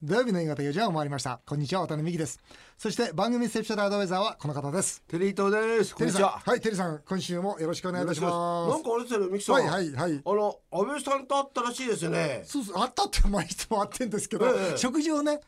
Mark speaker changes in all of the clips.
Speaker 1: 土曜日の夕方4時を回りましたこんにちは渡辺美希ですそして番組セプションアドバイザーはこの方です
Speaker 2: テリー東です。こんにち
Speaker 1: さん
Speaker 2: は。
Speaker 1: はいテリーさん今週もよろしくお願いいたします
Speaker 2: なんかあれですよね、ミキさん。
Speaker 1: はいはいはい
Speaker 2: あの、安倍さんと会ったらしいですね。
Speaker 1: そうそうあったって毎日もあってんですけど、
Speaker 2: ええ
Speaker 1: 食事をね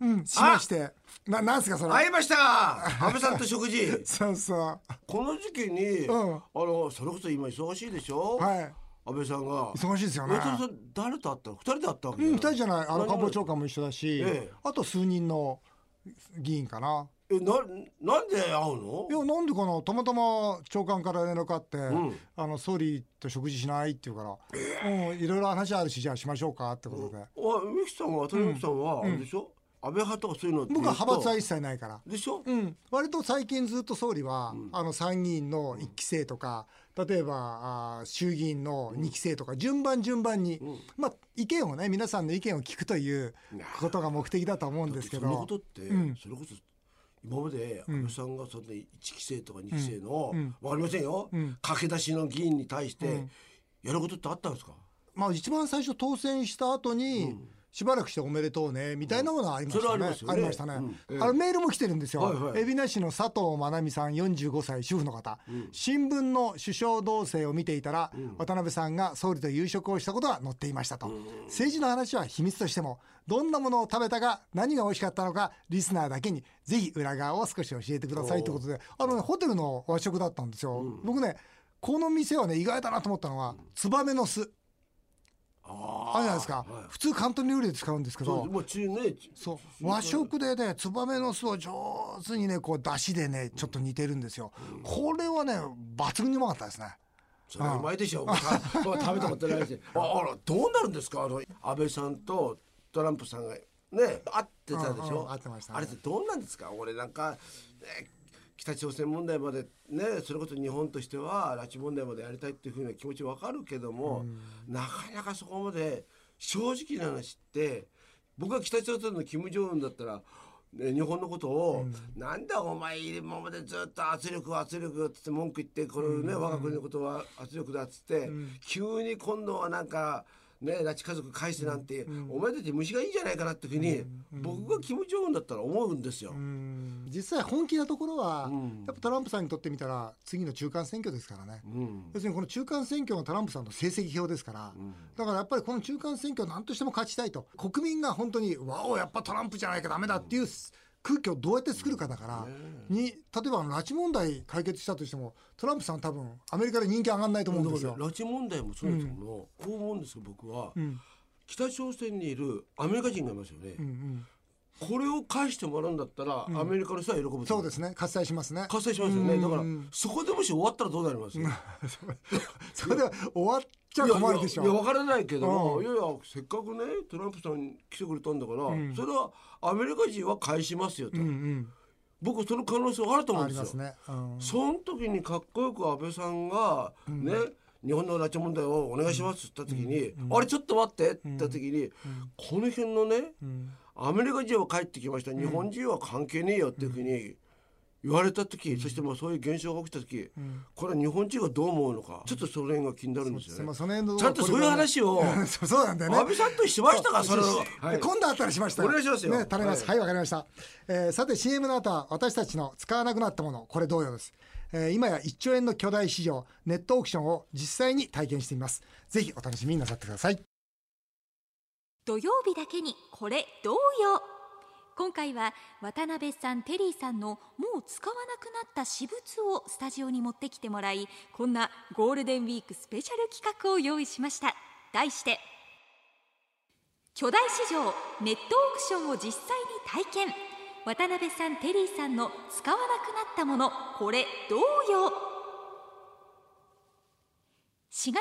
Speaker 1: うんしましてななんすかその
Speaker 2: 会いました安倍さんと 食事
Speaker 1: そうそう
Speaker 2: この時期に、
Speaker 1: うん
Speaker 2: あのそれこそ今忙しいでしょ、
Speaker 1: はい
Speaker 2: 安倍さんが
Speaker 1: 忙しいですよね
Speaker 2: えそれそれ誰と会ったの二人で会ったわけ、
Speaker 1: うん、二人じゃないあの
Speaker 2: 何
Speaker 1: 官房長官も一緒だし、
Speaker 2: ええ
Speaker 1: あと数人の議員かな
Speaker 2: えななんで会うの
Speaker 1: いやなんでかなたまたま長官から連絡あって、
Speaker 2: ん
Speaker 1: あの総理と食事しないって言うから、うん、いろいろ話あるしじゃあしましょうかってことで、
Speaker 2: おミキさんは渡辺美樹さんは、あれでしょ安倍派とかそういうのって言
Speaker 1: 僕
Speaker 2: うと
Speaker 1: は派閥は一切ないから、
Speaker 2: でしょ、
Speaker 1: うん、割と最近ずっと総理は、あの参議院の1期生とか、例えばあー衆議院の2期生とか、順番順番に、まあ意見をね皆さんの意見を聞くということが目的だと思うんですけ
Speaker 2: そんなこ
Speaker 1: ど
Speaker 2: とって、
Speaker 1: ん
Speaker 2: それこそ今まで安倍さんがそんな1期生とか2期生の、
Speaker 1: うん
Speaker 2: わかりませんよ、
Speaker 1: うん
Speaker 2: 駆け出しの議員に対して
Speaker 1: うん
Speaker 2: やることってあったんですか、
Speaker 1: まあ一番最初当選した後に、しばらくしておめでとうねみたいなものはありましたね。
Speaker 2: うんそれはありますよね
Speaker 1: ましたね。
Speaker 2: うん
Speaker 1: あのメールも来てるんですよ。
Speaker 2: はいはい
Speaker 1: 海老名市の佐藤真奈美さん45歳主婦の方、新聞の首相同棲を見ていたら、渡辺さんが総理と夕食をしたことが載っていましたと、政治の話は秘密としてもどんなものを食べたか何が美味しかったのかリスナーだけにぜひ裏側を少し教えてくださいということであのねホテルの和食だったんですよ。僕ねこの店はね意外だなと思ったのはツバメの巣。
Speaker 2: あ
Speaker 1: あるじゃないですか、
Speaker 2: はい
Speaker 1: 普通広東料理で使うんですけ
Speaker 2: そう
Speaker 1: ど
Speaker 2: もう中ね
Speaker 1: そう
Speaker 2: う
Speaker 1: 和食でねツバメの巣を上手にねこう出汁でねちょっと似てるんですよ、これはね抜群にうまかったですね
Speaker 2: それはうまいでしょう、さまあ食べたこ とないしああらどうなるんですかあの安倍さんとトランプさんがね会ってたでし
Speaker 1: うんう
Speaker 2: ょ
Speaker 1: ん会ってましたね
Speaker 2: あれってどうなんですか俺なんか、ね北朝鮮問題までねそれこそ日本としては拉致問題までやりたいっていうふうな気持ちわかるけども、なかなかそこまで正直な話って僕は北朝鮮の金正恩だったら、ね、日本のことを、なんだお前今までずっと圧力圧力っつって文句言ってこれね、我が国のことは圧力だっつって、急に今度はなんか。ね、拉致家族返せなんて、お前たち虫がいいじゃないかなっていうふうに、僕が金正恩だったら思うんですよ。
Speaker 1: うん実際本気なところは、やっぱトランプさんにとってみたら次の中間選挙ですからね、
Speaker 2: うん
Speaker 1: 要するにこの中間選挙のトランプさんの成績表ですから、だからやっぱりこの中間選挙を何としても勝ちたいと国民が本当に「わおやっぱトランプじゃないかダメだ」っていう空気をどうやって作るかだから、に例えばあの拉致問題解決したとしてもトランプさん多分アメリカで人気上がんないと思うんですよ。
Speaker 2: 拉致問題もそうですけども、こう思うんですけど僕は、
Speaker 1: ん
Speaker 2: 北朝鮮にいるアメリカ人がいますよね、
Speaker 1: うんうん
Speaker 2: これを返してもらうんだったら、アメリカの人は喜ぶ
Speaker 1: そうですすね喝采しますね。
Speaker 2: 活性しますよねだから
Speaker 1: うん
Speaker 2: そこでもし終わったらどうなります、い
Speaker 1: それでは終わっちゃ
Speaker 2: やいや
Speaker 1: 困るでし
Speaker 2: いや
Speaker 1: ょ。
Speaker 2: 分からないけども、
Speaker 1: うん
Speaker 2: いやいやせっかくねトランプさん来てくれたんだから、それはアメリカ人は返しますよと、
Speaker 1: うんうん
Speaker 2: 僕その可能性はあると思うん
Speaker 1: あ
Speaker 2: で
Speaker 1: り
Speaker 2: す
Speaker 1: ま
Speaker 2: よ
Speaker 1: すね。うん
Speaker 2: その時にかっこよく安倍さんが、ね、日本の拉致問題をお願いしますって言った時に、あれちょっと待ってって言った時に、この辺のね、アメリカ人は帰ってきました、日本人は関係ねえよっていうふうに言われた時、そしてまあそういう現象が起きた時、これは日本人がどう思うのか、ちょっとその辺が気になるんですよ
Speaker 1: まあ
Speaker 2: ね。
Speaker 1: その辺の
Speaker 2: ちゃんとそういう話を
Speaker 1: そうそうなんだよね。
Speaker 2: 安倍さんとしましたか、それを
Speaker 1: で今度あったらしました
Speaker 2: お願いしますよ
Speaker 1: ね、頼みます。は、
Speaker 2: はい
Speaker 1: わ、かりました。えーさて CM の後は私たちの使わなくなったもの、これ同様です。えー今や1兆円の巨大市場、ネットオークションを実際に体験してみます。ぜひお楽しみになさってください。
Speaker 3: 土曜日だけにこれどうよ今回は渡辺さんテリーさんのもう使わなくなった私物をスタジオに持ってきてもらいこんなゴールデンウィークスペシャル企画を用意しました題して巨大市場ネットオークションを実際に体験渡辺さんテリーさんの使わなくなったものこれどうよ4月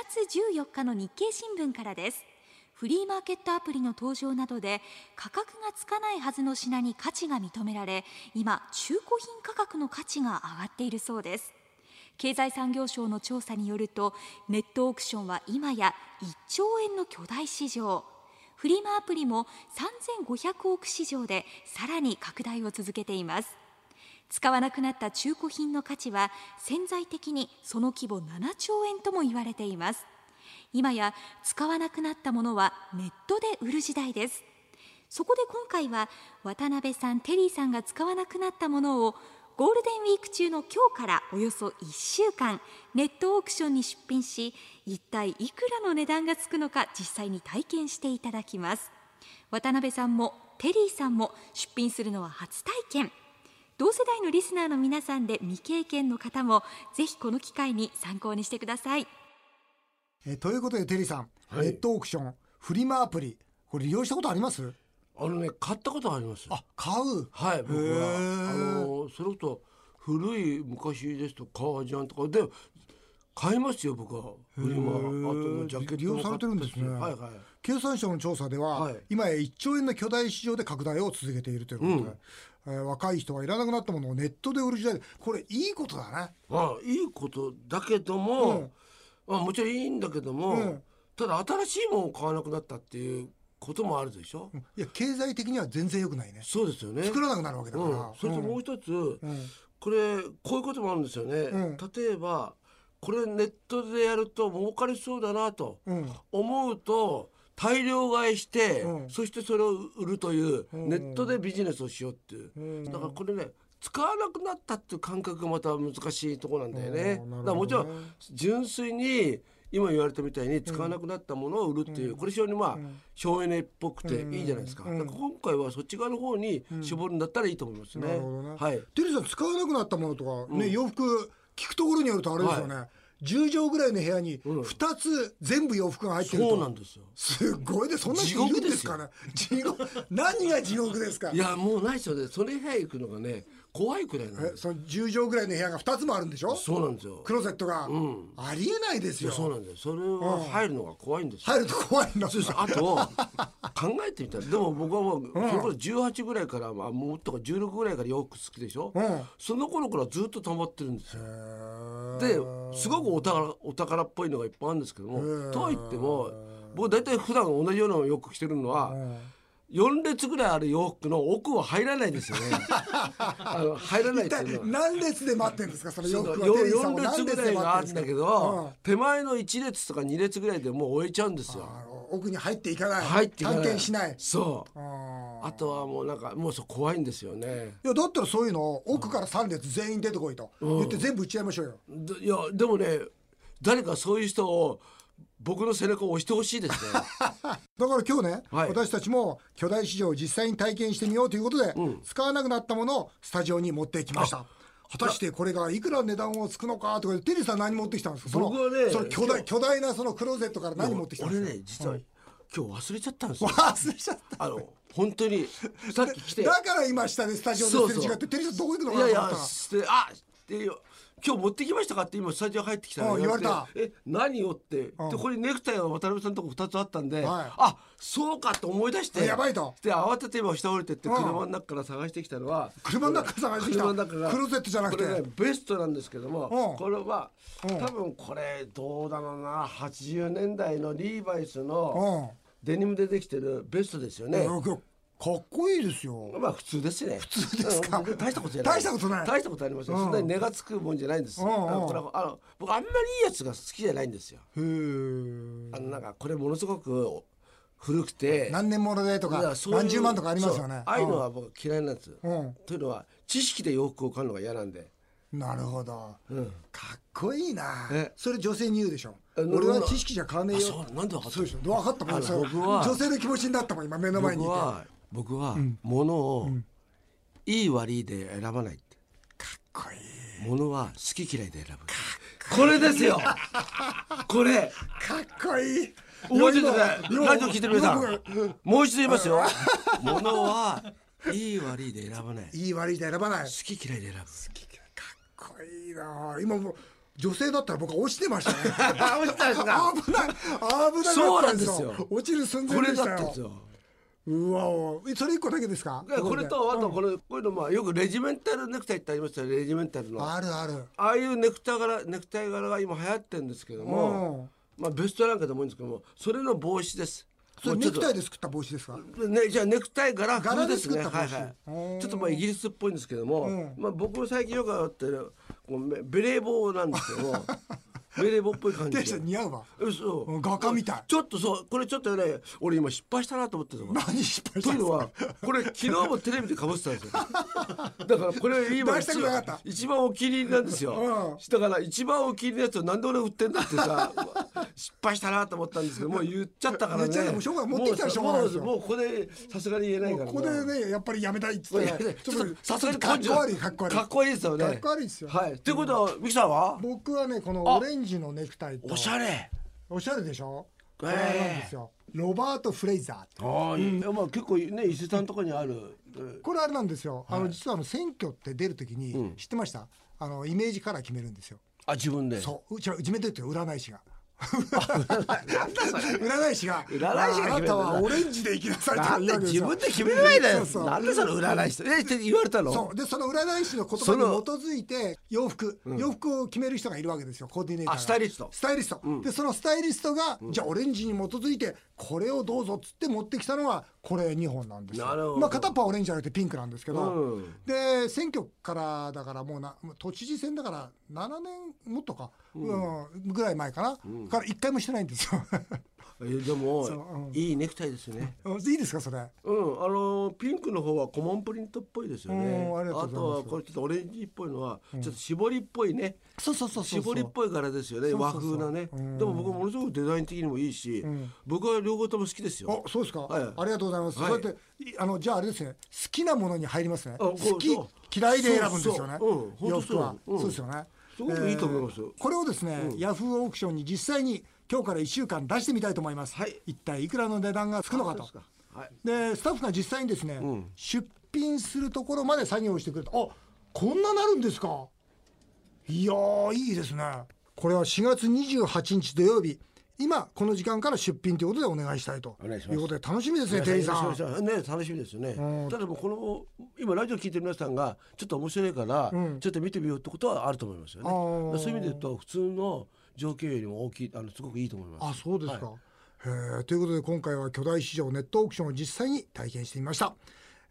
Speaker 3: 14日の日経新聞からですフリーマーケットアプリの登場などで価格がつかないはずの品に価値が認められ今中古品価格の価値が上がっているそうです経済産業省の調査によるとネットオークションは今や1兆円の巨大市場フリマアプリも3500億市場でさらに拡大を続けています使わなくなった中古品の価値は潜在的にその規模7兆円とも言われています今や使わなくなったものはネットで売る時代ですそこで今回は渡辺さんテリーさんが使わなくなったものをゴールデンウィーク中の今日からおよそ1週間ネットオークションに出品し一体いくらの値段がつくのか実際に体験していただきます渡辺さんもテリーさんも出品するのは初体験同世代のリスナーの皆さんで未経験の方もぜひこの機会に参考にしてください
Speaker 1: えーということでテリーさん、
Speaker 2: はい
Speaker 1: ネットオークションフリマアプリこれ利用したことあります
Speaker 2: あのね買ったことあります
Speaker 1: あ買う
Speaker 2: はい僕
Speaker 1: へ
Speaker 2: は
Speaker 1: ー
Speaker 2: あのそれこそ古い昔ですと革ジャンとかで買いますよ僕はフリマあとのジャケット
Speaker 1: 利用
Speaker 2: も買ったし
Speaker 1: されてるんですね
Speaker 2: はいはい
Speaker 1: 経産省の調査では、
Speaker 2: はい
Speaker 1: 今や1兆円の巨大市場で拡大を続けているということで、えー若い人はいらなくなったものをネットで売る時代でこれいいことだね
Speaker 2: あいいことだけども、まあ、もちろんいいんだけども、
Speaker 1: うん
Speaker 2: ただ新しいものを買わなくなったっていうこともあるでしょ、
Speaker 1: いや経済的には全然良くないね
Speaker 2: そうですよね
Speaker 1: 作らなくなるわけだから、
Speaker 2: うん、それともう一つ、
Speaker 1: うん
Speaker 2: これこういうこともあるんですよね、
Speaker 1: うん
Speaker 2: 例えばこれネットでやると儲かりそうだなと
Speaker 1: うん
Speaker 2: 思うと大量買いして、
Speaker 1: うん
Speaker 2: そしてそれを売るという、
Speaker 1: うん
Speaker 2: ネットでビジネスをしようっていう、
Speaker 1: うん
Speaker 2: だからこれね使わなくなったっていう感覚がまた難しいところなんだよね
Speaker 1: うん。
Speaker 2: だ
Speaker 1: なるほどね
Speaker 2: からもちろん純粋に今言われたみたいに使わなくなったものを売るっていう、これ非常にまあ、
Speaker 1: ん
Speaker 2: 省エネっぽくていいじゃないですか,、
Speaker 1: うん
Speaker 2: だから今回はそっち側の方に絞るんだったらいいと思いますね。
Speaker 1: なるほどね、
Speaker 2: はい
Speaker 1: テリーさん使わなくなったものとか、ね洋服聞くところによるとあれですよね、10畳ぐらいの部屋に
Speaker 2: うん
Speaker 1: 2つ全部洋服が入ってると、
Speaker 2: そうなんですよ
Speaker 1: すごいでそんな人いるんですかね地獄何が地獄ですか
Speaker 2: いやもうないですよねそれ部屋行くのがね怖いくらいなん
Speaker 1: え
Speaker 2: です
Speaker 1: その10畳ぐらいの部屋が2つもあるんでしょ
Speaker 2: そうなんですよ
Speaker 1: クローゼットが、
Speaker 2: ん
Speaker 1: ありえないです
Speaker 2: いや
Speaker 1: よ
Speaker 2: そうなんですよそれは入るのが怖いんですよ、
Speaker 1: 入ると怖いの
Speaker 2: そうですあと考えてみたらでも僕はもうそれこそ18ぐらいから、まあ、もっとか16ぐらいから洋服好きでしょ、
Speaker 1: うん
Speaker 2: その頃からずっと溜まってるんですよ
Speaker 1: へー
Speaker 2: ですごくお宝お宝っぽいのがいっぱいあるんですけど
Speaker 1: う
Speaker 2: も
Speaker 1: ん
Speaker 2: とは言っても僕大体普段同じようなのをよく着てるのは
Speaker 1: ん
Speaker 2: 4列ぐらいある洋服の奥は入らないで すよね。あの入らな
Speaker 1: 一
Speaker 2: いって
Speaker 1: 体
Speaker 2: いうのは。
Speaker 1: 何列で待ってるんですかその洋服は
Speaker 2: よ
Speaker 1: テリーさん
Speaker 2: 4
Speaker 1: は
Speaker 2: 列
Speaker 1: 何
Speaker 2: ぐ
Speaker 1: 列
Speaker 2: ら
Speaker 1: で
Speaker 2: いがあ
Speaker 1: 待ってるんで
Speaker 2: るんだ
Speaker 1: す
Speaker 2: け
Speaker 1: か
Speaker 2: ど、手前の1列とか2列ぐらいでもう終えちゃうんですよ
Speaker 1: あの奥に入っていかない
Speaker 2: 入っていかない
Speaker 1: 探検しない
Speaker 2: そう
Speaker 1: あー
Speaker 2: あとはもうなんかもうそう怖いんですよね
Speaker 1: いやだったらそういうのを奥から3列全員出てこいと言って全部打ち合いましょうよ、
Speaker 2: どいやでもね誰かそういう人を僕の背中を押してほしいですね
Speaker 1: だから今日ね、
Speaker 2: はい
Speaker 1: 私たちも巨大市場を実際に体験してみようということで、
Speaker 2: うん
Speaker 1: 使わなくなったものをスタジオに持ってきました果たしてこれがいくら値段をつくのかとかテリーさん何持ってきたんですかその
Speaker 2: 僕はね
Speaker 1: その巨大巨大なそのクローゼット から何持ってきたんで
Speaker 2: 俺
Speaker 1: すか
Speaker 2: ね実は、今日忘れちゃったんですよ
Speaker 1: 忘れちゃっ
Speaker 2: あの本当 にさっき来
Speaker 1: た
Speaker 2: て
Speaker 1: だから今下でスタジオですれ違って
Speaker 2: そうそう
Speaker 1: テリーさんどこ行くの
Speaker 2: い
Speaker 1: かな
Speaker 2: やい
Speaker 1: と思っ
Speaker 2: や
Speaker 1: たら
Speaker 2: してあってよ今日持ってきましたかって今スタジオ入ってきたら
Speaker 1: うん言われた
Speaker 2: てえ何をって、で
Speaker 1: うん
Speaker 2: これネクタイは渡辺さんのとこ2つあったん
Speaker 1: は
Speaker 2: で、
Speaker 1: い
Speaker 2: あそうかと思い出して
Speaker 1: やばいと
Speaker 2: で慌てて今下降りてって
Speaker 1: うん
Speaker 2: 車の中から探してきたのは、
Speaker 1: 車の中から探してきた
Speaker 2: 車の中から
Speaker 1: クローゼットじゃなくて
Speaker 2: これ、ね、ベストなんですけども、
Speaker 1: うん
Speaker 2: これは、
Speaker 1: うん
Speaker 2: 多分これどうだろうな80年代のリーバイスの
Speaker 1: うん
Speaker 2: デニムでできてるベストですよね。
Speaker 1: いやかっこいいですよ
Speaker 2: まあ普通ですね。普通です
Speaker 1: か
Speaker 2: 大したことじゃない。
Speaker 1: 大したことない
Speaker 2: 大したことありません。
Speaker 1: うん
Speaker 2: そんなに値がつくもんじゃないんです。
Speaker 1: うんうん
Speaker 2: あのこれはあの僕あんまりいいやつが好きじゃないんですよ。
Speaker 1: へえ
Speaker 2: あのなんかこれものすごく古くて、
Speaker 1: 何年ものでと
Speaker 2: だ
Speaker 1: か
Speaker 2: らそういう
Speaker 1: 何十万とかありますよ
Speaker 2: そう
Speaker 1: ね
Speaker 2: ああいうのは僕嫌いなんです。
Speaker 1: うん
Speaker 2: というのは知識で洋服を買うのが嫌なんで。
Speaker 1: なるほど、
Speaker 2: ん
Speaker 1: かっこいいな
Speaker 2: え
Speaker 1: それ女性に言うでしょ
Speaker 2: え
Speaker 1: 俺は知識じゃ買わねえ
Speaker 2: あ
Speaker 1: よ
Speaker 2: そうなんでわかった
Speaker 1: そうでしょ分かったも
Speaker 2: あ
Speaker 1: ん
Speaker 2: の
Speaker 1: そう
Speaker 2: 僕は
Speaker 1: 女性の気持ちになったもん今目の前にい
Speaker 2: 僕
Speaker 1: てか
Speaker 2: は僕は物をいい悪いで選ばないって。
Speaker 1: っこいい
Speaker 2: 物は好き嫌いで選ぶ。これですよ。これ。
Speaker 1: かっこいい
Speaker 2: 覚えててくれラジオ聞いてる皆さ
Speaker 1: よく
Speaker 2: んもう一度言いますよ物 はいい悪いで選ばない好
Speaker 1: いい悪いで選ばない
Speaker 2: き嫌いで選ぶ
Speaker 1: かっこいいな今もう女性だったら僕は落ちてましたね
Speaker 2: 落ちたんですか
Speaker 1: 危ない危ない
Speaker 2: そうなんですよ
Speaker 1: 落ちる寸
Speaker 2: こ
Speaker 1: 前
Speaker 2: れ
Speaker 1: で
Speaker 2: だ
Speaker 1: し
Speaker 2: ったたんで
Speaker 1: よ
Speaker 2: すよ
Speaker 1: うわおえそれ一個だけですか
Speaker 2: これとあとこれこういうのまあよくレジメンタルネクタイってありますよねレジメンタルのあ
Speaker 1: あるある
Speaker 2: あいうネクタイ柄ネクタイ柄が今流行ってるんですけどもまあベストランクでもいいんですけどもそれの帽子です
Speaker 1: それ
Speaker 2: もうち
Speaker 1: ネ
Speaker 2: ょっと
Speaker 1: クタイで作った帽子ですか
Speaker 2: ね、じゃあネクタイ柄風です
Speaker 1: 柄で作っ
Speaker 2: ね
Speaker 1: た
Speaker 2: は
Speaker 1: 帽
Speaker 2: い
Speaker 1: 子
Speaker 2: は
Speaker 1: う
Speaker 2: い
Speaker 1: ん
Speaker 2: ちょっとまあイギリスっぽいん ですけども、まあ、僕も最近よくあってるこうベレー帽なんですけどベレー帽っぽい感じ
Speaker 1: 店
Speaker 2: で
Speaker 1: 長似合うわ
Speaker 2: 嘘
Speaker 1: うん画家みたい
Speaker 2: ちょっとそうこれちょっとね俺今失敗したなと思ってたの
Speaker 1: 何失敗し
Speaker 2: と
Speaker 1: たん
Speaker 2: いう
Speaker 1: です
Speaker 2: のは
Speaker 1: か
Speaker 2: これ昨日もテレビでかぶってたん ですよだからこれ今
Speaker 1: 出したくなかった
Speaker 2: 一番お気に入りなんですよ、だから一番お気に入りのやつをなんで俺売ってんだってさ うわ失敗したなと思ったんですけどもう言っちゃったから
Speaker 1: 言っちゃった
Speaker 2: ね
Speaker 1: もうしょうがない持ってきたらしょうがないですよ
Speaker 2: もうもうここでさすがに言えないから
Speaker 1: ここでねやっぱりやめたいっつって
Speaker 2: いやいやちょっとさすがに
Speaker 1: かっこ悪いかっこ悪い
Speaker 2: かっこ悪いですよね
Speaker 1: かっこ悪いですよ
Speaker 2: はいということはミキさんは
Speaker 1: 僕はねこのオレンジのネクタイと
Speaker 2: おしゃれ
Speaker 1: おしゃれでしょこ
Speaker 2: ええ
Speaker 1: れなんですよロバート・フレイザーって
Speaker 2: ああ、いいまあ結構ね伊勢さんとかにある、うん
Speaker 1: これあれなんですよあの実はあの選挙って出るときに知ってましたあのイメージカラー決めるんですよ
Speaker 2: あ自分で
Speaker 1: そううちら自分で言ってよ 占い師が 占い師が
Speaker 2: 師が決
Speaker 1: あ
Speaker 2: めるんだ
Speaker 1: なたはオレンジで生きなさいと
Speaker 2: な
Speaker 1: か
Speaker 2: ん
Speaker 1: 言うわけで
Speaker 2: で
Speaker 1: す
Speaker 2: 自
Speaker 1: よ
Speaker 2: 分で決めれないだよ
Speaker 1: そうそう
Speaker 2: なんでその占い師えって言われたの
Speaker 1: そうでその占い師の言葉
Speaker 2: そ
Speaker 1: に
Speaker 2: の
Speaker 1: 基づいて洋服、洋服を決める人がいるわけですよコーディネーターが
Speaker 2: あスタイリスト
Speaker 1: スタイリスト、でそのスタイリストが、じゃあオレンジに基づいてこれをどうぞっつって持ってきたのはこれ2本なんですよ
Speaker 2: なるほど
Speaker 1: まあ、片っぽはオレンジじゃなくてピンクなんですけど、
Speaker 2: うん
Speaker 1: で選挙からだからもうな都知事選だから7年もっとか、うんぐらい前かな、から1回もしてないんですよ
Speaker 2: えでも、
Speaker 1: そううん
Speaker 2: いいネクタイですね
Speaker 1: いいですかそれ
Speaker 2: うんあのピンクの方はコモンプリントっぽいですよね
Speaker 1: うんありがとうございます
Speaker 2: とはこれちょっとオレンジっぽいのは、ちょっと絞りっぽいね
Speaker 1: そうそうそうそう
Speaker 2: 絞りっぽい柄ですよね
Speaker 1: そうそうそう
Speaker 2: 和風なね、
Speaker 1: うん
Speaker 2: でも僕ものすごくデザイン的にもいいし、
Speaker 1: ん
Speaker 2: 僕は両方とも好きですよ
Speaker 1: あ、そうですか、
Speaker 2: はい
Speaker 1: ありがとうございます。
Speaker 2: はい
Speaker 1: そうやって、いあの、じゃあ、あれですね。好きなものに入りますね。
Speaker 2: あこ
Speaker 1: 好
Speaker 2: う
Speaker 1: き
Speaker 2: そ、う
Speaker 1: 嫌いで選ぶんですよね。
Speaker 2: そうそううん本当
Speaker 1: 洋服は、
Speaker 2: そううん
Speaker 1: そうですよね。
Speaker 2: すごくいいと思いますよ
Speaker 1: これをですね、ヤフーオークションに実際に今日から1週間出してみたいと思います。
Speaker 2: はい
Speaker 1: 一体いくらの値段がつくのかと
Speaker 2: そう。ですかはい
Speaker 1: で、スタッフが実際にですね、出品するところまで作業してくれた。あ、こんななるんですか。いやー、いいですね。これは4月28日土曜日。今この時間から出品ということでお願いしたいと
Speaker 2: お願いします
Speaker 1: いうことで楽しみですね店員さん。
Speaker 2: ね楽しみですよね、ただもうこの今ラジオ聞いてる皆さんがちょっと面白いから、ちょっと見てみようってことはあると思いますよね
Speaker 1: あー
Speaker 2: そういう意味で言うと普通の条件よりも大きいあのすごくいいと思います
Speaker 1: あそうですか、へえということで今回は巨大市場ネットオークションを実際に体験してみました、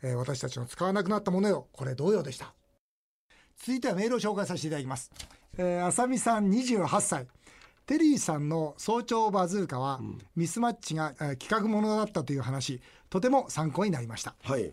Speaker 1: えー私たちの使わなくなったものよこれ同様でした続いてはメールを紹介させていただきます、えー、あさみさん28歳テリーさんの早朝バズーカは、ミスマッチが、えー企画ものだったという話とても参考になりました
Speaker 2: はい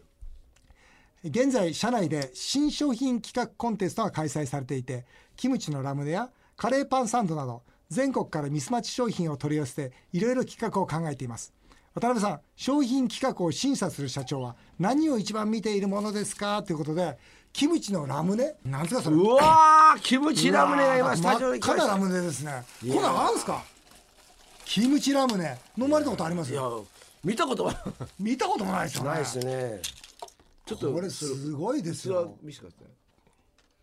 Speaker 1: 現在社内で新商品企画コンテストが開催されていてキムチのラムネやカレーパンサンドなど全国からミスマッチ商品を取り寄せていろいろ企画を考えています渡辺さん商品企画を審査する社長は何を一番見ているものですかということでキムチのラムネなんですかそれ
Speaker 2: うわーキムチラムネがいました
Speaker 1: 真っ赤なラムネですねこんなんあるんすかキムチラムネ飲まれたことあります
Speaker 2: いや見たことは
Speaker 1: 見たこともないですよね
Speaker 2: ないですねちょっと
Speaker 1: これすごいで
Speaker 2: そ
Speaker 1: す
Speaker 2: れは
Speaker 1: よ
Speaker 2: 見せてください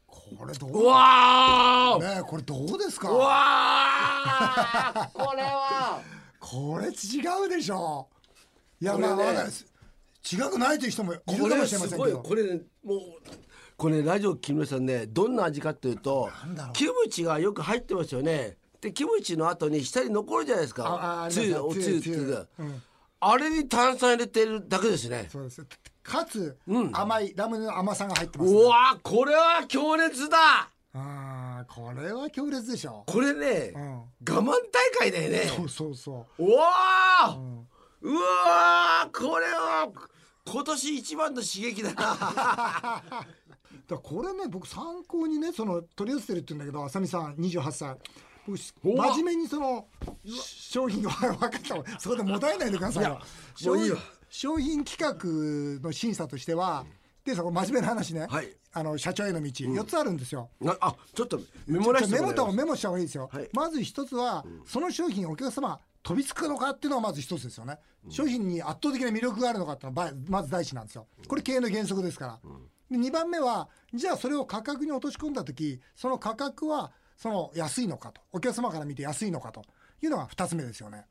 Speaker 1: これどう
Speaker 2: うわー
Speaker 1: ねえこれどうですか
Speaker 2: うわーこれは
Speaker 1: これ違うでしょいや
Speaker 2: これ
Speaker 1: ま
Speaker 2: ね
Speaker 1: あわかんないです違くないという人もい
Speaker 2: こ
Speaker 1: るかも
Speaker 2: れ
Speaker 1: しれますせんけ
Speaker 2: ごい
Speaker 1: ど
Speaker 2: これねもうこれラジオ木村さんねどんな味かっていうと
Speaker 1: なんだろう
Speaker 2: キムチがよく入ってますよねでキムチの後に下に残るじゃないです
Speaker 1: ああ
Speaker 2: か
Speaker 1: あり
Speaker 2: つ
Speaker 1: ますね
Speaker 2: ゆお
Speaker 1: つゆ
Speaker 2: つゆ
Speaker 1: つゆ
Speaker 2: つゆが
Speaker 1: うん
Speaker 2: あれに炭酸入れてるだけですね
Speaker 1: そうですかつ甘いラムネの甘さが入ってますね
Speaker 2: うわーこれは強烈だ
Speaker 1: あーこれは強烈でしょ
Speaker 2: これね、
Speaker 1: うん
Speaker 2: 我慢大会だよね
Speaker 1: そうそうそう
Speaker 2: わー、うわーこれは今年一番の刺激だ な
Speaker 1: うだからこれね僕参考にねその取り寄せてるって言うんだけどあさみさん28歳僕し
Speaker 2: うわ
Speaker 1: 真面目にその商品を 分かったわそこでもたえないでくださいよ
Speaker 2: もういいよ
Speaker 1: 商品商品企画の審査としてはでそこ真面目な話ね、
Speaker 2: はい
Speaker 1: あの社長への道、四4つあるんですよ
Speaker 2: なあちょっとメモらせて
Speaker 1: メモ
Speaker 2: もらい
Speaker 1: と
Speaker 2: ます
Speaker 1: メモした方がいいですよ、
Speaker 2: はい
Speaker 1: まず一つは、その商品お客様飛びつくのかっていうのがまず一つですよね、商品に圧倒的な魅力があるのかっていうのはばまず第一なんですよこれ経営の原則ですから、で2番目はじゃあそれを価格に落とし込んだ時その価格はその安いのかとお客様から見て安いのかというのが2つ目ですよね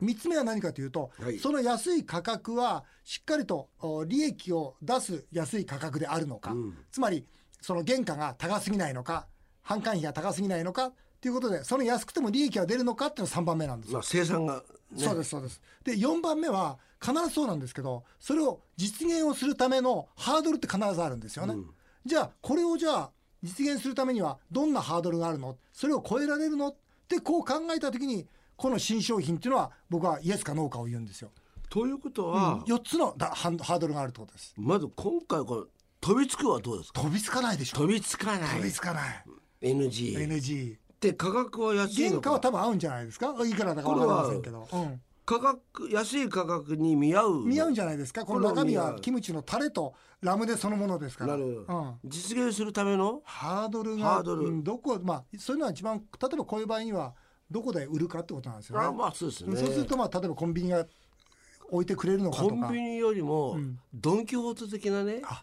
Speaker 1: 3つ目は何かというと、
Speaker 2: はい
Speaker 1: その安い価格はしっかりとお利益を出す安い価格であるのか、つまりその原価が高すぎないのか販管費が高すぎないのかということでその安くても利益が出るのかっていうのが3番目なんですよ
Speaker 2: まあ、生産が、ね、
Speaker 1: そうですすそうですで4番目は必ずそうなんですけどそれを実現をするためのハードルって必ずあるんですよね、じゃあこれをじゃあ実現するためにはどんなハードルがあるのそれを超えられるのってこう考えた時にこの新商品っていうのは僕はイエスかノーかを言うんですよ。
Speaker 2: ということは、
Speaker 1: 4つのだハンハードルがあるってことです。
Speaker 2: まず今回この飛びつくはどうですか
Speaker 1: 飛びつかないでしょ。
Speaker 2: 飛びつかない
Speaker 1: 飛びつかない。
Speaker 2: NG
Speaker 1: NG。
Speaker 2: で価格は安い
Speaker 1: 原
Speaker 2: の
Speaker 1: 価は
Speaker 2: か
Speaker 1: 多分合うんじゃないですか。いくらだかわかりませんけど。うん
Speaker 2: 価格安い価格に見合う
Speaker 1: 見合うんじゃないですか。この
Speaker 2: これは
Speaker 1: 中身
Speaker 2: 見合
Speaker 1: は
Speaker 2: う
Speaker 1: キムチのタレとラムネそのものですから。
Speaker 2: なるほど
Speaker 1: うん
Speaker 2: 実現するための
Speaker 1: ハードルが
Speaker 2: ハードル
Speaker 1: うんどこまあそういうのは一番例えばこういう場合にはどこで売るかってことなんですよね。
Speaker 2: あまあそうです
Speaker 1: うん
Speaker 2: ね
Speaker 1: そうするとまあ例えばコンビニが置いてくれるのかと
Speaker 2: コ
Speaker 1: か。
Speaker 2: ンビニよりも
Speaker 1: ん
Speaker 2: ドン・キホーテ的なね、
Speaker 1: あ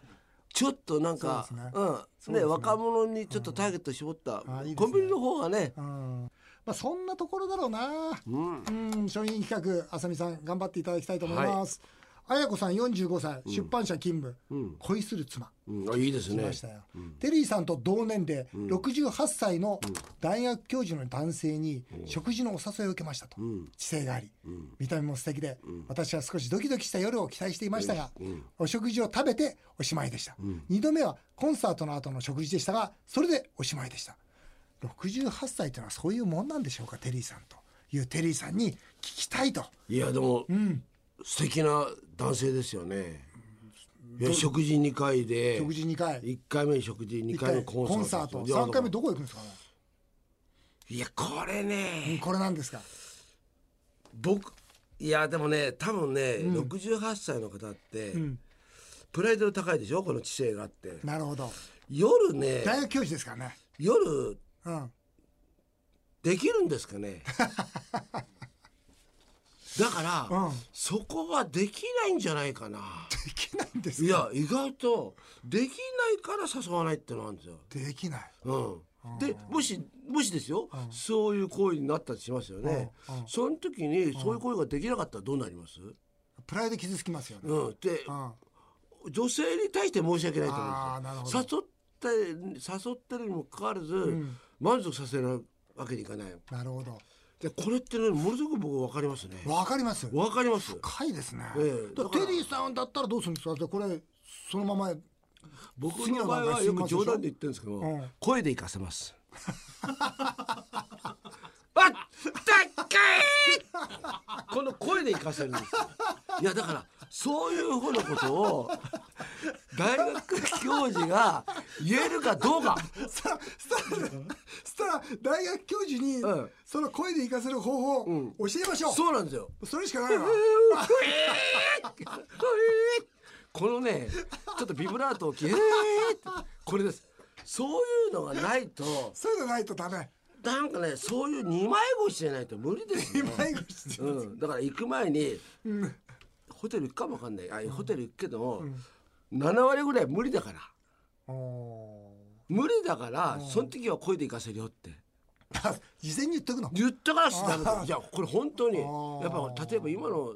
Speaker 2: ちょっとなんか
Speaker 1: そうですね
Speaker 2: う
Speaker 1: そ
Speaker 2: ん
Speaker 1: うで
Speaker 2: ね
Speaker 1: すね
Speaker 2: 若者にちょっとターゲット絞った、
Speaker 1: あいいですね
Speaker 2: コンビニの方がね、
Speaker 1: うん。まあそんなところだろうな。
Speaker 2: うん、
Speaker 1: うん、商品企画、浅見さん、頑張っていただきたいと思います。綾子さん、45歳、出版社勤務、
Speaker 2: うん
Speaker 1: 恋する妻、
Speaker 2: うんあいいです
Speaker 1: 来
Speaker 2: ね
Speaker 1: ましたよ、テリーさんと同年齢、68歳の大学教授の男性に食事のお誘いを受けましたと。
Speaker 2: うん
Speaker 1: 知性があり、
Speaker 2: ん
Speaker 1: 見た目も素敵で、私は少しドキドキした夜を期待していましたが、
Speaker 2: うん
Speaker 1: お食事を食べておしまいでした、二2度目はコンサートの後の食事でしたがそれでおしまいでした68歳というのはそういうもんなんでしょうかテリーさんというテリーさんに聞きたいと
Speaker 2: いやでも、素敵な男性ですよね、いや食事2回で
Speaker 1: 食事2回
Speaker 2: 1回目食事2回目コンサート
Speaker 1: コンサート
Speaker 2: いや
Speaker 1: 3回目どこ行くんですかね
Speaker 2: いやこれ
Speaker 1: うん
Speaker 2: ね
Speaker 1: これなんですか
Speaker 2: 僕いやでもね多分ね、68歳の方って、プライドの高いでしょこの知性があって
Speaker 1: なるほど
Speaker 2: 夜ね
Speaker 1: 大学教授ですからね
Speaker 2: 夜
Speaker 1: うん
Speaker 2: できるんです かねだから、
Speaker 1: うん
Speaker 2: そこはできないんじゃないかな
Speaker 1: できないんです
Speaker 2: い
Speaker 1: か
Speaker 2: や意外とできないから誘わないってのがあるんですよ
Speaker 1: できない
Speaker 2: うん、でもしもしですよ、そういう行為になったとしますよね、
Speaker 1: うんうん
Speaker 2: その時にそういう行為ができなかったらどうなります、
Speaker 1: プライド傷つきますよね、
Speaker 2: うん、で
Speaker 1: うん
Speaker 2: 女性に対して申し訳ないと
Speaker 1: あーなる
Speaker 2: 思うん
Speaker 1: ほ
Speaker 2: です
Speaker 1: ど
Speaker 2: よ誘って誘ってるにもかかわらず、
Speaker 1: ん
Speaker 2: 満足させるわけにいかない
Speaker 1: なるほど
Speaker 2: でこれってねものすごく僕分かりますね
Speaker 1: わかります
Speaker 2: 分かります
Speaker 1: 深いですね、
Speaker 2: ええ
Speaker 1: だ
Speaker 2: だ
Speaker 1: テ
Speaker 2: から
Speaker 1: リーさんだったらどうするんですかじゃあこれそのまま
Speaker 2: 僕の場合はよく冗談で言ってるんですけど、
Speaker 1: うん
Speaker 2: 声で行かせます。 あったっかいこの声で行かせるんですよいやだからそういう方のことを大学教授が言えるかどうか
Speaker 1: そしたらそしたら大学教授に、
Speaker 2: うん
Speaker 1: その声で活かせる方法、
Speaker 2: ん
Speaker 1: 教えましょうそ
Speaker 2: そうなんですよ。
Speaker 1: れしかないわ
Speaker 2: このねちょっとビブラートを聞いてこれですそういうのがないと
Speaker 1: そういうのないとダメ
Speaker 2: なんかねそういう二枚腰じゃないと無理ですよ、ね。
Speaker 1: 最後して
Speaker 2: うん、だから行く前に、ホテル行くかもわかんないあ、ホテル行くけども、7割ぐらい無理だから
Speaker 1: お
Speaker 2: 無理だから、その時は声で行かせるよって
Speaker 1: ー事前に言っとくの
Speaker 2: 言ったからしダメだ
Speaker 1: あー
Speaker 2: いやこれ本当に
Speaker 1: あー
Speaker 2: やっぱ例えば今の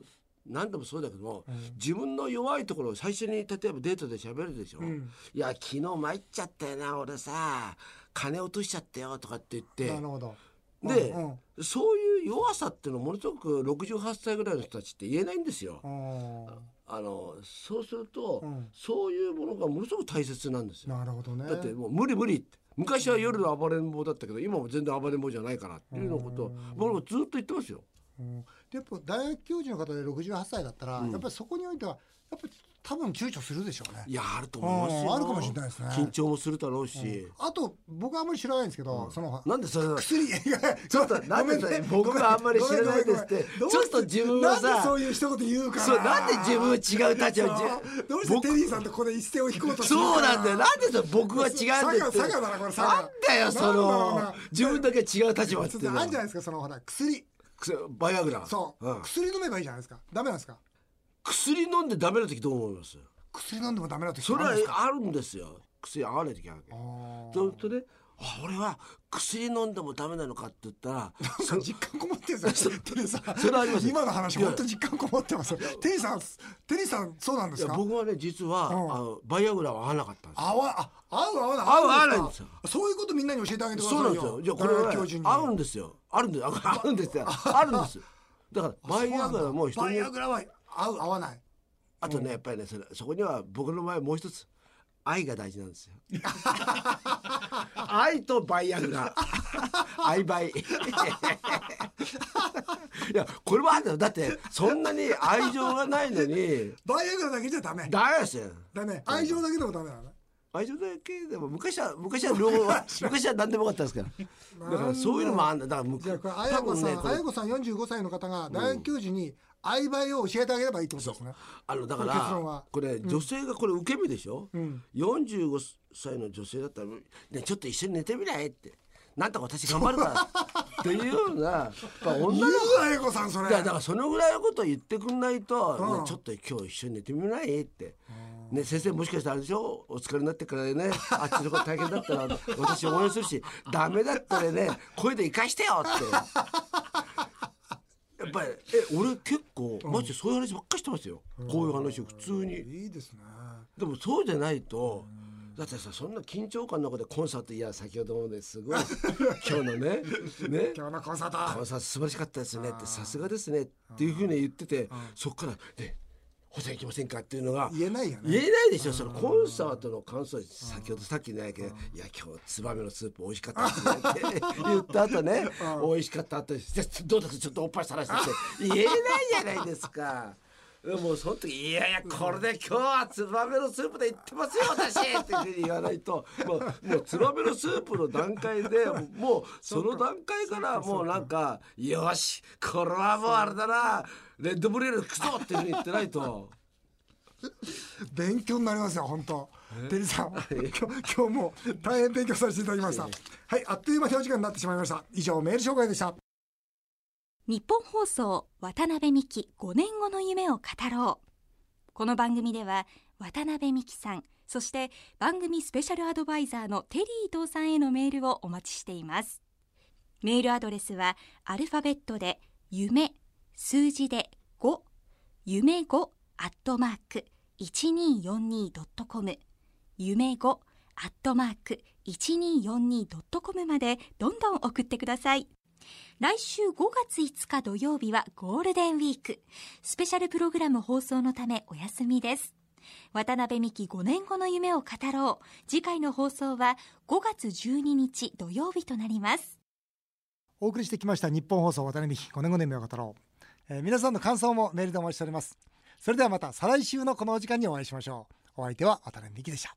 Speaker 2: 何でもそうだけども、自分の弱いところを最初に例えばデートで喋るでしょ、
Speaker 1: ん
Speaker 2: いや昨日参っちゃったよな俺さ金落としちゃったよとかって言って
Speaker 1: なるほど
Speaker 2: で、
Speaker 1: うん
Speaker 2: そういう弱さっていうのをものすごく68歳ぐらいの人たちって言えないんですよ。
Speaker 1: お
Speaker 2: あのそうすると、
Speaker 1: うん
Speaker 2: そういうものがものすごく大切なんです
Speaker 1: ー
Speaker 2: よ。
Speaker 1: なるほどね
Speaker 2: だってもう無理無理って昔は夜の暴れん坊だったけど今は全然暴れん坊じゃないからっていうようなことを僕もずっと言ってますよ。
Speaker 1: うんでやっぱ大学教授の方で68歳だったら、やっぱりそこにおいてはやっぱり多分躊躇するでしょうね
Speaker 2: いやあると思います
Speaker 1: う
Speaker 2: よ。
Speaker 1: んあるかもしれないですね
Speaker 2: 緊張もするだろうし。
Speaker 1: あと僕はあんまり知らないんですけど、その
Speaker 2: なんでそれなの
Speaker 1: 薬
Speaker 2: ちょっとなんでそれ僕はあんまり知らないですってちょっと自分をさ
Speaker 1: なんでそういう一言言うから
Speaker 2: そうなんで自分は違う立場を
Speaker 1: どうして
Speaker 2: 僕
Speaker 1: テリーさんとここで一線を引こうとする
Speaker 2: そ
Speaker 1: か
Speaker 2: うなんだよなんでそれ僕は違うんですって
Speaker 1: 佐賀佐賀だなこれ佐賀
Speaker 2: なんだよそ
Speaker 1: なんだろ
Speaker 2: の
Speaker 1: うな
Speaker 2: 自分だけ違う立場っ
Speaker 1: ち
Speaker 2: て
Speaker 1: ょっ
Speaker 2: いう
Speaker 1: と
Speaker 2: の
Speaker 1: あ
Speaker 2: は
Speaker 1: んじゃないですかそのほら薬
Speaker 2: くそバイアグラ
Speaker 1: そう、
Speaker 2: うん
Speaker 1: 薬飲めばいいじゃないですかダメなんですか
Speaker 2: 薬飲んでダメな時どう思います
Speaker 1: 薬飲んでもダメだと
Speaker 2: それ
Speaker 1: なん
Speaker 2: は
Speaker 1: ですか
Speaker 2: あるんですよ薬合わない時あるわけそう するとねあ俺は薬飲んでもダメなのかって言っ たらそ
Speaker 1: 実感こもってるんですよテリーさん
Speaker 2: それはありますよ
Speaker 1: 今の話本当実感こもってますよテリーさんテリーさんそうなんで
Speaker 2: い
Speaker 1: す
Speaker 2: や
Speaker 1: か
Speaker 2: 僕はね実は、
Speaker 1: ん
Speaker 2: あのバイアグラは合わなかったんですよ
Speaker 1: 合わあ合う合わない
Speaker 2: 合う合わない
Speaker 1: 合うんん
Speaker 2: で
Speaker 1: ですす
Speaker 2: よ
Speaker 1: かそういうことみんなに教えてあげてくださ
Speaker 2: そ
Speaker 1: いうよ
Speaker 2: なんですよ。じゃあこれは
Speaker 1: 大学教授に
Speaker 2: 合うんですよ。あるんです。あ合うんで すよ。合うんですよ。だからバイアグラも人
Speaker 1: バ
Speaker 2: に
Speaker 1: イアグラは合う合わない
Speaker 2: あとねやっぱりねそれそこには僕の場合もう一つ愛が大事なんです よ愛とバイア グラ愛バイいやこれはあるんだよだってそんなに愛情がないのに
Speaker 1: バイアグラだけじゃダメ
Speaker 2: ダメですよ
Speaker 1: ダメ愛情だけでもダメなの
Speaker 2: 愛情だけでも昔は昔は両方昔は何でもよかったですからだからそういうのもあんだだからむ
Speaker 1: じゃあこれ綾子さん、
Speaker 2: これ
Speaker 1: 綾子さん45歳の方が大学教授に相場を教えてあげればいいってことですね
Speaker 2: あのだか
Speaker 1: この結論
Speaker 2: ら
Speaker 1: は
Speaker 2: これ女性がこれ受け身でしょ、
Speaker 1: ん
Speaker 2: 45歳の女性だったら、ね、ちょっと一緒に寝てみないってなんとか私頑張 るからっていうようなまあ女
Speaker 1: 言
Speaker 2: の
Speaker 1: う
Speaker 2: 子
Speaker 1: 綾子さんそれ
Speaker 2: いやだからそのぐらいのことを言ってくんないと、
Speaker 1: うん
Speaker 2: ねちょっと今日一緒に寝てみないって、ね、先生もしかしたらあれでしょお疲れになってから ねあっちのこと大変だったら私応援するしダメだったらね声で生かしてよ ってやっぱりえ俺結構マジでそういう話ばっかりしてますよ、こういう話を普通に。
Speaker 1: いいですね
Speaker 2: でもそうじゃないと、だってさそんな緊張感の中でコンサートいや先ほどもです ごい今日のねね
Speaker 1: 今日のコンサート
Speaker 2: コンサート素晴らしかったですねってさすがですねっていうふうに言っててそっから「ね保線行きませんか?」っていうのが
Speaker 1: 言えないよ
Speaker 2: 言
Speaker 1: ね
Speaker 2: えないでしょそのコンサートの感想先ほどさっき言ないけど「いや今日ツバメのスープ美味しかったです ね」って言った後ね「美味しかった」って「じゃあどうですちょっとおっぱいさ らして」って言えないじゃないですか。もうその時「いやいやこれで今日はツバメのスープで行ってますよ私!」っていうふうに言わないともうもうツバメのスープの段階でもうその段階からもうなんか「よしこれはもうあれだなレッドブレルくぞ!」っていうふうに言ってないと。
Speaker 1: 勉強になりますよ本当テリーさん今日今日も大変勉強させていただきましたはいあっという間にお時間になってしまいました以上メール紹介でした
Speaker 3: 日本放送渡辺美希5年後の夢を語ろうこの番組では渡辺美希さんそして番組スペシャルアドバイザーのテリー伊藤さんへのメールをお待ちしていますメールアドレスはアルファベットで夢数字で5夢5アットマーク 1242.com 夢5アットマーク 1242.com までどんどん送ってください来週5月5日土曜日はゴールデンウィーク。スペシャルプログラム放送のためお休みです。渡辺美希5年後の夢を語ろう。次回の放送は5月12日土曜日となります。
Speaker 1: お送りしてきました日本放送渡辺美希5年5年目を語ろう、えー皆さんの感想もメールでお待ちしておりますそれではまた再来週のこのお時間にお会いしましょうお相手は渡辺美希でした